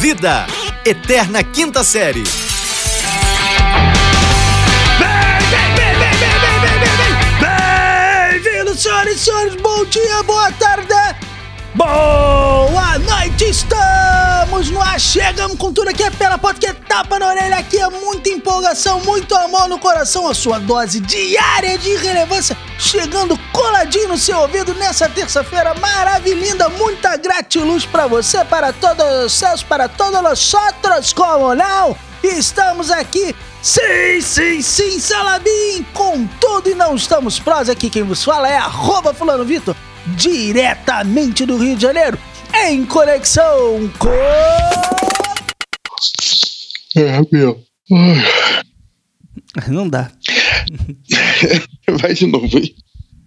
Vida, Eterna Quinta Série. Bem-vindos, senhoras e senhores, bom dia, boa tarde, boa noite, estamos no ar, chegamos com tudo aqui, é pela porta, que é tapa na orelha, aqui é muita empolgação, muito amor no coração, a sua dose diária de relevância, chegando coladinho no seu ouvido nessa terça-feira maravilhinda, muita gratiluz pra você, para todos os seus, para todos os outros, como não? Estamos aqui Sim, sim, sim, Salabim! Com tudo e não estamos prós aqui, quem vos fala é arroba fulano Vitor, diretamente do Rio de Janeiro, em conexão com... É, meu. Não dá. Vai de novo aí.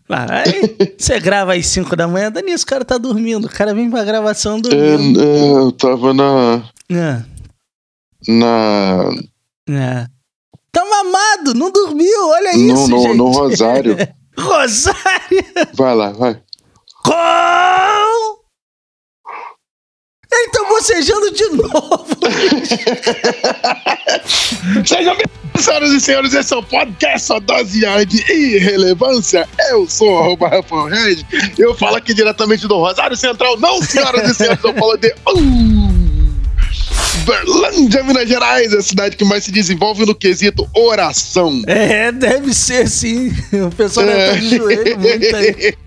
Ah, aí, você grava às 5 da manhã, dá nisso, o cara tá dormindo, o cara vem pra gravação É, dormindo. é, eu tava na. Ah, Na. ah. Tá mamado, não dormiu, olha No, isso, no, gente. no Rosário. Rosário! Vai lá, vai. Com... Ele tá bocejando de novo. Sejam bem-vindos, senhoras e senhores. Esse é o podcast Só Dose Diária de Irrelevância. Eu sou o arroba Rafael Reis. Eu falo aqui diretamente do Rosário Central. Não, senhoras e senhores, eu falo de. Berlândia, Minas Gerais, a cidade que mais se desenvolve no quesito oração. É, deve ser sim. O pessoal deve É. estar de joelho muito aí.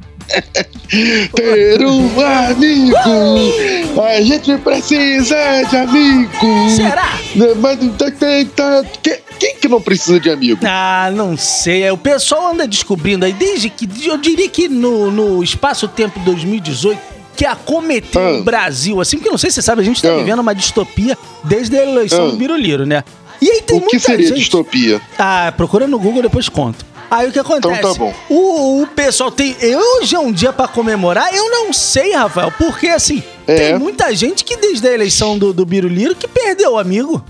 Ter um amigo, a gente precisa de amigo. Será? Mas tem- tem- tem- que- quem que não precisa de amigo? Ah, não sei. É, O pessoal anda descobrindo aí, desde que. Eu diria que no, no espaço-tempo 2018. Que acometeu Ah. o Brasil, assim, porque eu não sei se você sabe, a gente tá Ah. vivendo uma distopia desde a eleição Ah. do Biruliro, né? E aí tem O que muita seria gente... distopia? Ah, procura no Google, depois conto. Aí o que acontece? Então tá bom. O, o pessoal tem. Hoje é um dia pra comemorar? Eu não sei, Rafael, porque assim, É. tem muita gente que desde a eleição do, do Biruliro que perdeu o amigo.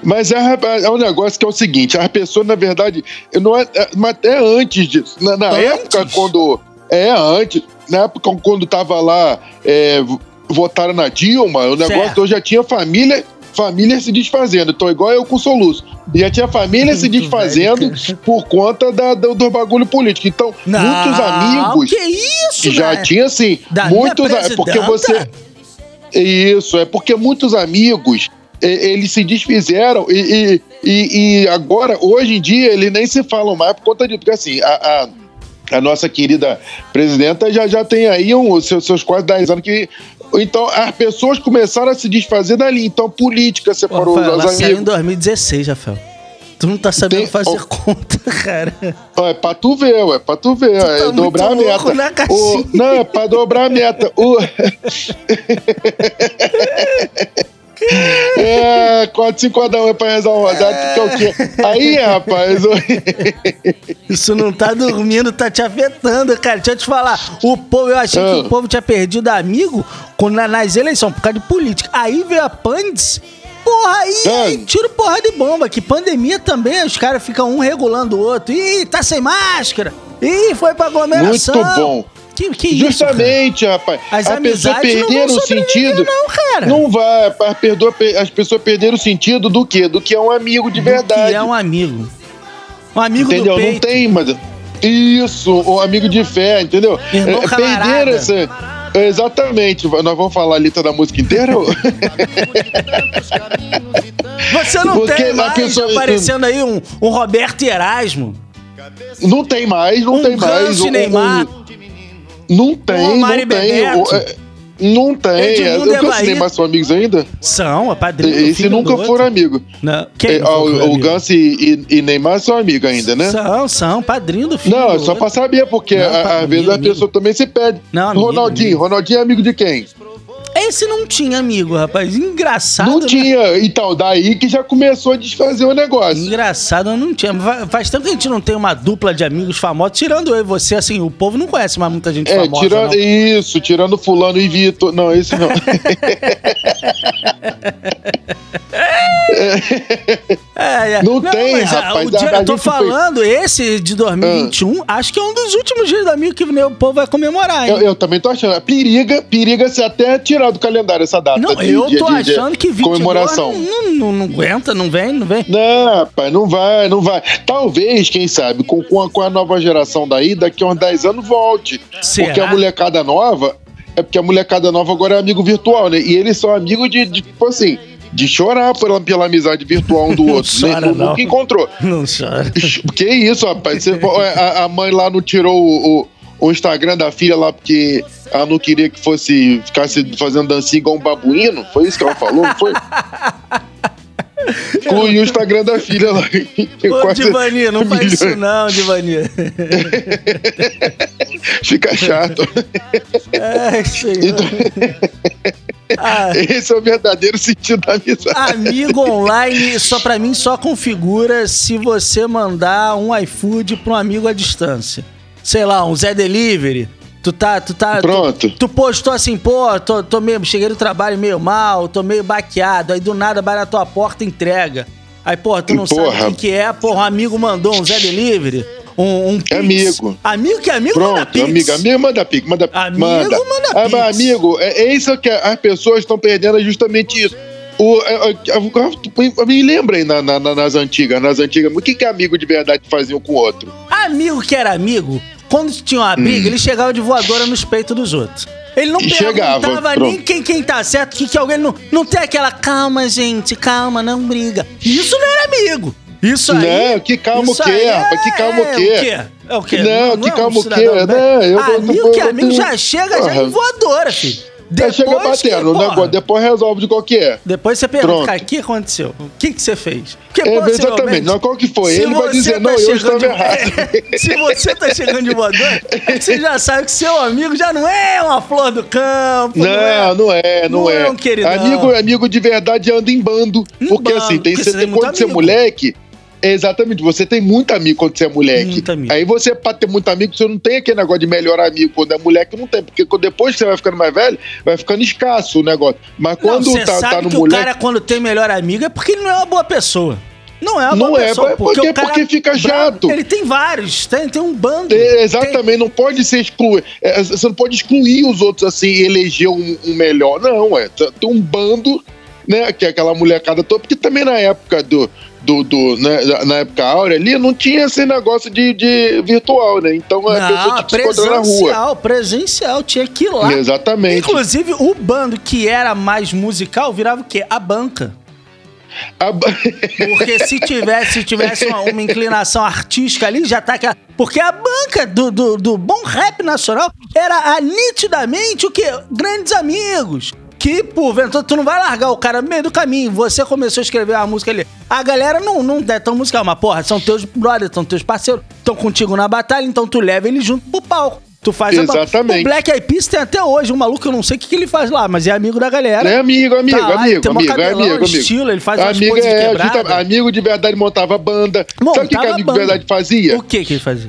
Mas é, é um negócio que é o seguinte: a pessoa, na verdade, não é, é- mas é antes disso. Na, na Antes? época, quando. É antes. Na época, quando tava lá, é, v- votaram na Dilma, o negócio Certo. eu já tinha família. Família se desfazendo, tô igual eu com soluço. Já tinha família se Muito desfazendo velho, por conta da, do, do bagulho político. Então, muitos amigos Que isso, que já né? tinha assim, Da muitos minha a- porque presidenta? você É isso é porque muitos amigos e- eles se desfizeram e, e, e- e agora hoje em dia eles nem se falam mais por conta de porque assim a, a, a nossa querida presidenta já já tem aí um, seus, seus quase 10 anos que então as pessoas começaram a se desfazer dali então política Pô, separou Rafael, ela os saiu em amigos 2016, Rafael. Tu não tá sabendo Tem- oh. fazer ó. conta, cara. Ó, é pra tu ver é pra tu ver é tá muito dobrar a louco meta na caixinha. O- não é pra dobrar a meta O- É, 4, 5 adão é pra rezar um rosário, porque é o quê? Aí, rapaz, o- Isso não tá dormindo, tá te afetando, cara. Deixa eu te falar. O povo, eu achei Ah. que o povo tinha perdido amigo quando, na- nas eleições, por causa de política. Aí veio a Pandes. Porra, aí, Ah. aí tiro porra de bomba. Que pandemia também, os caras ficam um regulando o outro. Ih, tá sem máscara. Ih, foi pra aglomeração. Muito bom. Que, que isso, cara? justamente, rapaz, As a pessoa amizades não perder vão o sobreviver, sentido. não, cara. Não vai, rapaz, perdoa, pe- as pessoas perderam o sentido do quê? Do que é um amigo de verdade. Que é um amigo. Um amigo entendeu? do Não peito. tem, mas. Isso, o amigo de fé, entendeu? Irmão É, camarada. perderam essa. Exatamente, nós vamos falar a letra da música inteira? ou- Você não Porque tem a mais pessoa- aparecendo aí um, um Roberto Erasmo. não tem mais, não um tem mais. Ganso e um- Neymar. Não tem, não Omar e tem. Bebeto. O- é, Não tem. É, Edmundo Eu e não Havaí. sei mais são amigos ainda. São, é padrinho. Esse filho nunca do outro. foram amigos. Não, quem É, não ó, foi o o amigo? Gans e, e- e Neymar são amigos ainda, né? São, são, padrinho do filho. Não, é do só outro. pra saber, porque Não, a- pra às mim, vezes a amigo. pessoa também se perde. Não, amigo, Ronaldinho, amigo. Ronaldinho é amigo de quem? Esse não tinha amigo, rapaz. Engraçado. não né? tinha. Então, daí que já começou a desfazer o negócio. Engraçado, não tinha. Fa- Faz tempo que a gente não tem uma dupla de amigos famosos, tirando eu e você, assim, o povo não conhece mais muita gente É, famosa. tirando não. isso, tirando fulano e Vitor. Não, esse não. É, é. Não tem, mas, ah, rapaz, O dia, a- a eu tô gente fez- falando, esse de 2021, acho que é um dos últimos dias do amigo que o povo vai comemorar, hein? Eu, eu também tô achando. Periga, periga se até tirar do calendário essa data. não, de- eu de- tô de- de achando que 22 Comemoração. Não, não, não aguenta, não vem, não vem. Não, rapaz, não vai, não vai. Talvez, quem sabe, com, com, a, com a nova geração daí, daqui a uns 10 anos volte. Será? Porque a molecada nova, é porque a molecada nova agora é amigo virtual, né? E eles são amigos de, de, tipo assim, de chorar pela, pela amizade virtual um do Não outro. chora, né? não. Nunca encontrou. Não chora. Que isso, rapaz? Você- a, a mãe lá não tirou o, o- o Instagram da filha lá porque ela não queria que fosse ficasse fazendo dancinha igual um babuíno? Foi isso que ela falou? Não foi? Incluiu o Instagram da filha lá. Ô, Quase Divani, não faz isso milhões. não, Divani. Fica chato. Então, É, senhor. Ah, Esse é o verdadeiro sentido da amizade. Amigo online, só pra mim, só configura se você mandar um iFood pra um amigo à distância. Sei lá, um Zé Delivery. Tu tá, tu tá. tu- Pronto. Tu, postou assim, pô, tô, tô meio, cheguei do trabalho meio mal, tô meio baqueado. Aí do nada vai na tua porta e entrega. Aí, porra, tu não sabe Porra. o que, que é, porra, um amigo mandou um Zé Delivery, um, um Pix. É Amigo. Amigo que é amigo manda Pronto, Pix. amiga, amigo, manda pique, manda Amigo, manda. manda Ah, mas, pix. amigo, é, é isso que as pessoas estão perdendo, é justamente isso. O, é, é, é, me lembrem na- na- na- nas antigas, nas antigas, o que, que amigo de verdade fazia um com o outro? Amigo que era amigo, quando tinha uma briga, ele chegava de voadora nos peitos dos outros. Ele não Hum. E perguntava chegava, nem pronto. quem, quem tá certo, que, que alguém não, não tem aquela calma, gente, calma, não briga. Isso não era amigo. Isso aí. Não, que calma o isso quê, aí rapaz? Que calma o quê? É o quê? É o quê? Não, que é um calma o quê? cidadão bem? Não, eu não- amigo eu que não amigo tenho- já chega já em Porra. voadora, filho. Aí chega que, batendo, o porra, negócio, depois resolve de qual que é. depois você pergunta, Pronto. cara, o que aconteceu? O que, que você fez? Porque, É, possivelmente, exatamente, não, qual que foi? se Ele vai você tá dizer, não, eu chegando estava de- errado. se você tá chegando de voador, você já sabe que seu amigo já não é uma flor do campo. é- Não, não é, não, Não é é. um queridão. Amigo, amigo de verdade anda em bando. Em porque bando, assim, tem, porque você você tem tem muito quando você é amigo. moleque. é Exatamente, você tem muito amigo quando você é moleque. Muito amigo. Aí você, pra ter muito amigo, você não tem aquele negócio de melhor amigo. Quando é moleque, não tem. Porque quando- depois que você vai ficando mais velho, vai ficando escasso o negócio. Mas Não, quando você tá, sabe tá no que moleque. o cara, quando tem melhor amigo, é porque ele não é uma boa pessoa. Não é uma Não boa é, pessoa. é porque- o cara porque fica bravo, chato. Ele tem vários, tem, tem um bando. É, exatamente, não pode ser excluir. é, Você não pode excluir os outros assim e eleger um, um melhor. Não, é. t- Tem um bando, né? Que é aquela molecada toda, porque também na época do. do, do né, na- na época áurea ali, não tinha esse negócio de, de virtual, né? Então a pessoa Não, tinha que se encontrar na rua. presencial, presencial, tinha que ir lá. Exatamente. Inclusive, o bando que era mais musical virava o quê? A banca. A ba- Porque se tivesse, se tivesse uma, uma inclinação artística ali, já tá aquela. Porque a banca do, do, do bom rap nacional era ah, nitidamente o quê? Grandes amigos. Que, porventura, tu não vai largar o cara no meio do caminho. Você começou a escrever uma música ali. A galera não, não é tão musical, mas, porra, são teus brothers, são teus parceiros, estão contigo na batalha, então tu leva ele junto pro palco. Tu faz a ba- Exatamente. O Black Eyed Peas tem até hoje um maluco, eu não sei o que, que ele faz lá, mas é amigo da galera. É amigo, amigo, Tá lá, ele amigo, tem mó amigo, é cabelão, amigo, amigo. estilo, ele faz umas amigo, poses de é, quebrada. justa- amigo de verdade montava banda. Sabe o que que Montava amigo de banda. verdade fazia? O que que ele fazia?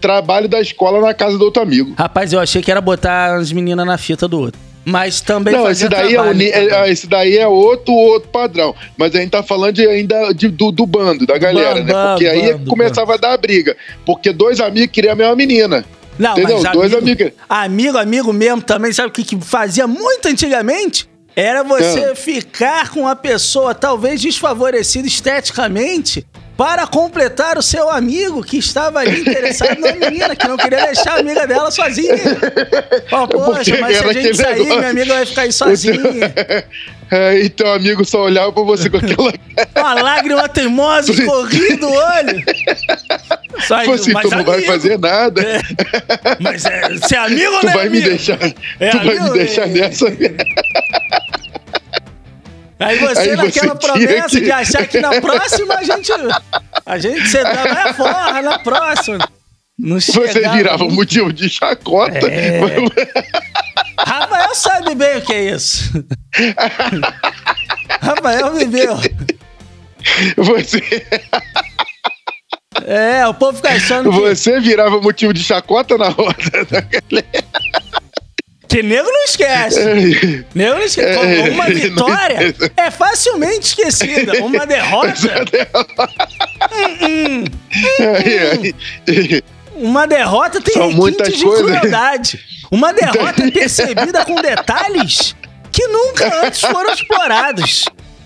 Trabalho da escola na casa do outro amigo. Rapaz, eu achei que era botar as meninas na fita do outro. Mas também Não, fazia esse daí, é trabalho, um ni- é- trabalho. é- esse daí é outro outro padrão. Mas a gente tá falando de- ainda de- do, do bando, da galera, bando, né? Porque aí bando, começava a dar briga. Porque dois amigos queriam a mesma menina. Não, entendeu? mas Dois amigo, amigos. amigo, amigo mesmo também, sabe o que, que fazia muito antigamente? Era você Ah. ficar com uma pessoa talvez desfavorecida esteticamente para completar o seu amigo que estava ali interessado na menina, que não queria deixar a amiga dela sozinha. Ó, poxa, É porque mas se era a gente aquele sair, negócio. minha amiga vai ficar aí sozinha. É, e teu amigo só olhava pra você com aquela. Uma lágrima teimosa escorria do olho. Só Tipo assim, tu não vai fazer nada. Mas é, você é amigo ou Tu É. não é vai me amigo? deixar. É tu vai amigo, me deixar é- nessa. Aí você Aí você naquela tinha promessa que- de achar que na próxima a gente... A gente se dá é forra na próxima. Não Você chegava É. virava um- nunca. motivo de chacota. Rafael sabe bem o que é isso. Rafael viveu. Você, É, o povo fica achando que... você virava motivo de chacota na roda. Porque nego não É esquece. Nego não esquece. Uma vitória é facilmente esquecida. Uma derrota. Hum, hum. Uma derrota tem São muitas requintes de coisas. crueldade. Uma derrota é percebida com detalhes que nunca antes foram explorados.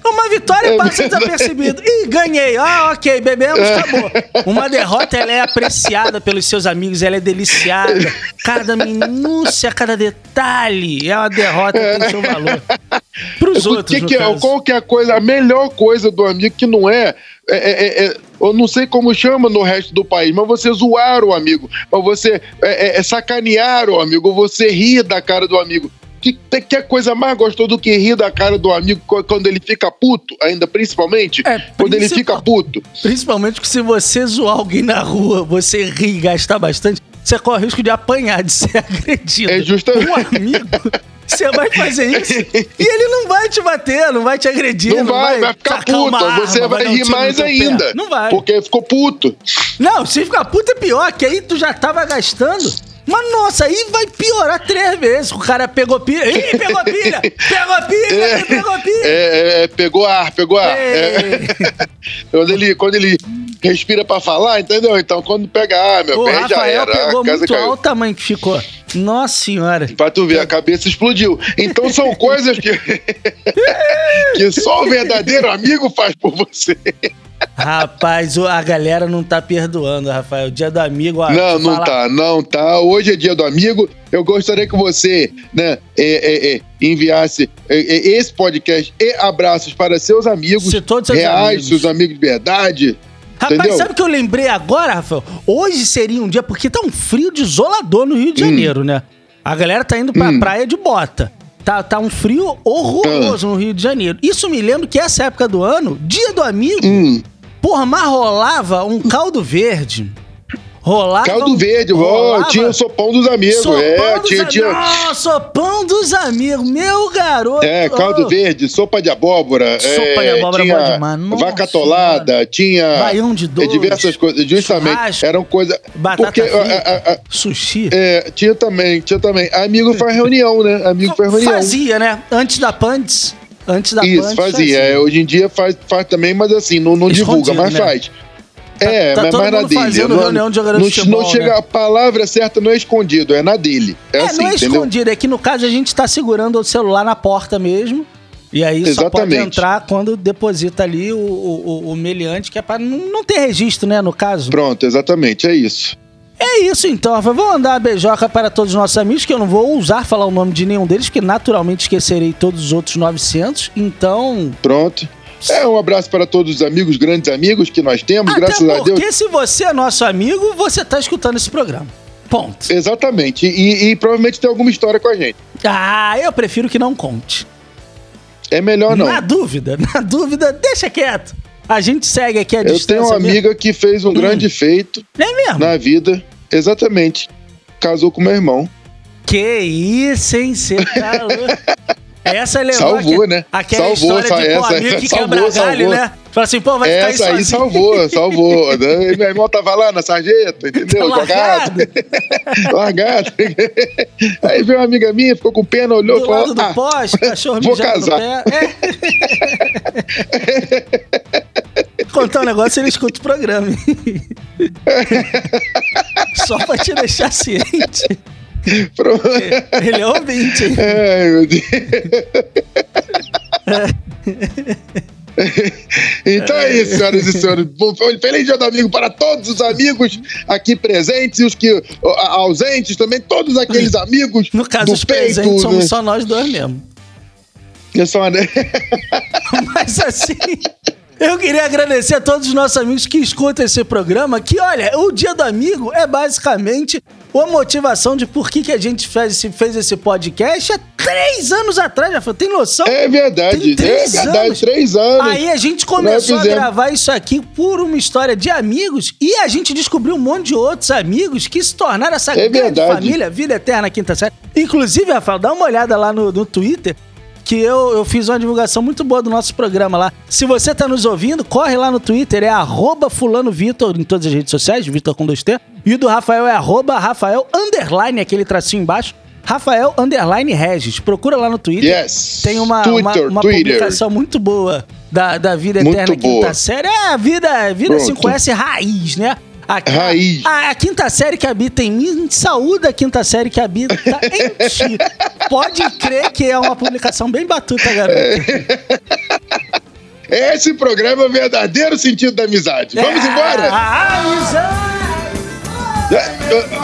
Uma vitória passa desapercebida. Ih, ganhei. Ah, ok, bebemos, acabou. Uma derrota, ela é apreciada pelos seus amigos, ela é deliciada. Cada minúcia, cada detalhe é uma derrota, tem seu valor. Pros O outros, que no que é? caso. Qual que é a coisa, a melhor coisa do amigo que não é, é- é- é- é- eu não sei como chama no resto do país, mas você zoar o amigo, ou você é, é, é sacanear o amigo, ou você rir da cara do amigo. Que, que é coisa mais gostosa do que rir da cara do amigo co- quando ele fica puto, ainda principalmente? É, Quando ele fica principal- puto. Principalmente que se você zoar alguém na rua, você ri e gastar bastante, você corre o risco de apanhar, de ser agredido. É justamente- Um amigo, você vai fazer isso e ele não vai te bater, não vai te agredir. Não vai, vai ficar sacar uma puto. arma, Você vai dar um rir tiro no mais teu pé. ainda. Não vai. Porque ficou puto. Não, se ficar puto é pior, que aí tu já tava gastando. Mas nossa, aí vai piorar três vezes. O cara pegou pilha. Ih, pegou pilha! Pegou pilha! Pegou pilha! É, é, é, pegou ar, pegou ar. É. Ei. Quando ele, quando ele respira pra falar, entendeu? Então, quando pega, ah, meu O bem, já Rafael era. pegou a casa muito caiu. alto o tamanho que ficou. Nossa senhora. Pra tu ver, a cabeça explodiu. Então são coisas que, que só o verdadeiro amigo faz por você. Rapaz, o- a galera não tá perdoando, Rafael. Dia do amigo, ó, não, te não fala- tá, não tá. Hoje é dia do amigo. Eu gostaria que você né, é, é, é, enviasse é, é, esse podcast e abraços para seus amigos Se todos seus reais, amigos. seus amigos de verdade. Rapaz, entendeu? sabe o que eu lembrei agora, Rafael? Hoje seria um dia, porque tá um frio desolador no Rio Hum. de Janeiro, né? A galera tá indo pra praia de bota. Tá, tá um frio Ah. horroroso no Rio de Janeiro. Isso me lembra que essa época do ano, dia do amigo, Hum, porra, mas rolava um caldo verde. Rolava caldo um- verde, ó, rolava- tinha o sopão dos amigos. Sopão é, dos tinha, am- tinha. Nossa, pão dos amigos, meu garoto. É, caldo Ô, verde, sopa de abóbora. Sopa de é, abóbora é tinha bom demais. Nossa Vaca atolada, tinha. Baião de dois. É, diversas coisas, justamente. Churrasco. eram coisas. Batata Porque frita. a- a- a- Sushi. é, tinha também, tinha também. Amigo faz reunião, né? Amigo faz reunião. Fazia, né? Antes da Pandes. Antes da Isso, Pandes. fazia. É, hoje em dia faz, faz também, mas assim, não, não Escondido, divulga, mas né? faz. é, tá mas, todo mas na mundo dele. fazendo não, reunião de jogador de não- futebol, não chega, né? A palavra certa não é escondido, é na dele. É, É, assim, não é entendeu? escondido. É que no caso a gente tá segurando o celular na porta mesmo. E aí só pode Exatamente. entrar quando deposita ali o, o, o- o meliante, que é pra não, não ter registro, né? No caso. Pronto, exatamente, é isso. É isso então, Rafa. Vou mandar uma beijoca para todos os nossos amigos, que eu não vou ousar falar o nome de nenhum deles, porque naturalmente esquecerei todos os outros 900. Então, Pronto. É, um abraço para todos os amigos, grandes amigos que nós temos, Hum, graças até a Deus. porque se você é nosso amigo, você tá escutando esse programa. É. Ponto. Exatamente. E, e provavelmente tem alguma história com a gente. Ah, eu prefiro que não conte. É melhor não. Na dúvida, na dúvida, deixa quieto. A gente segue aqui a Eu distância. tenho uma mesmo. amiga que fez um grande feito É mesmo? na vida. Exatamente. Casou com meu irmão. Que isso, hein? Você tá louco. Essa levou Salvou, aque- né? aquela Salvou, história só de pô, essa. amigo que Salvou, quebra galho, salvou. né? Fala assim, pô, vai ficar aí Essa aí sozinho. salvou, salvou. Né? E meu irmão tava lá na sarjeta, entendeu? Tá Largado. Jogado. Largado. Aí veio uma amiga minha, ficou com pena, olhou e Do lado falou: do ah, poste, cachorro vou mijando no casar. pé. É. Contar um negócio, ele escuta o programa. Só pra te deixar ciente. pro- Ele é ouvinte. hein? Ai, meu Deus. então é isso, senhoras e senhores. Bom, um Feliz dia do amigo para todos os amigos aqui presentes e os que ó, ausentes também, todos aqueles amigos. No caso, do os peito, presentes somos né? só nós dois mesmo. Eu sou uma- Mas assim. Eu queria agradecer a todos os nossos amigos que escutam esse programa, que olha, o Dia do Amigo é basicamente a motivação de por que, que a gente fez esse, fez esse podcast há três anos atrás, já falei, tem noção? É verdade, Tem três é verdade, anos. três anos. Aí a gente começou a Nós fizemos. gravar isso aqui por uma história de amigos e a gente descobriu um monte de outros amigos que se tornaram essa grande É verdade. família, Vida Eterna Quinta Série. Inclusive, Rafael, dá uma olhada lá no, no Twitter que eu, eu fiz uma divulgação muito boa do nosso programa lá. Se você tá nos ouvindo, corre lá no Twitter, é arroba fulano Vitor em todas as redes sociais, Vitor com 2T, e o do Rafael é arroba Rafael underline, aquele tracinho embaixo. Rafael Underline Regis. Procura lá no Twitter. Yes. Tem uma, Twitter, uma, uma Twitter. publicação muito boa da, da vida eterna Muito quinta boa. série. É, a vida, a vida Pronto. 5S raiz, né? A, Raiz. A, a quinta série que habita em mim, saúda a quinta série que habita em ti. Pode crer que é uma publicação bem batuta, É, garoto. Esse programa é o verdadeiro sentido da amizade. Vamos É, embora? a amizade.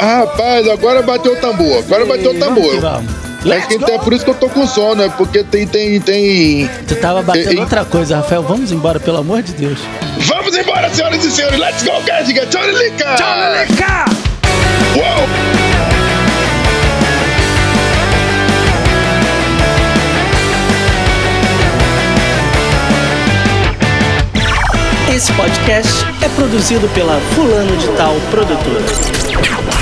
Ah, rapaz, agora bateu o tambor. Agora bateu o Vamos que tambor. vamos. Acho É que Let's até go. por isso que eu tô com sono, é porque tem, tem, tem. Tu tava batendo Ei, ei. outra coisa, Rafael. Vamos embora, pelo amor de Deus. Vamos embora, senhoras e senhores! Let's go, Gadget! Tchau, Lilica! Leleca! Uou! Esse podcast é produzido pela Fulano de Tal Produtora.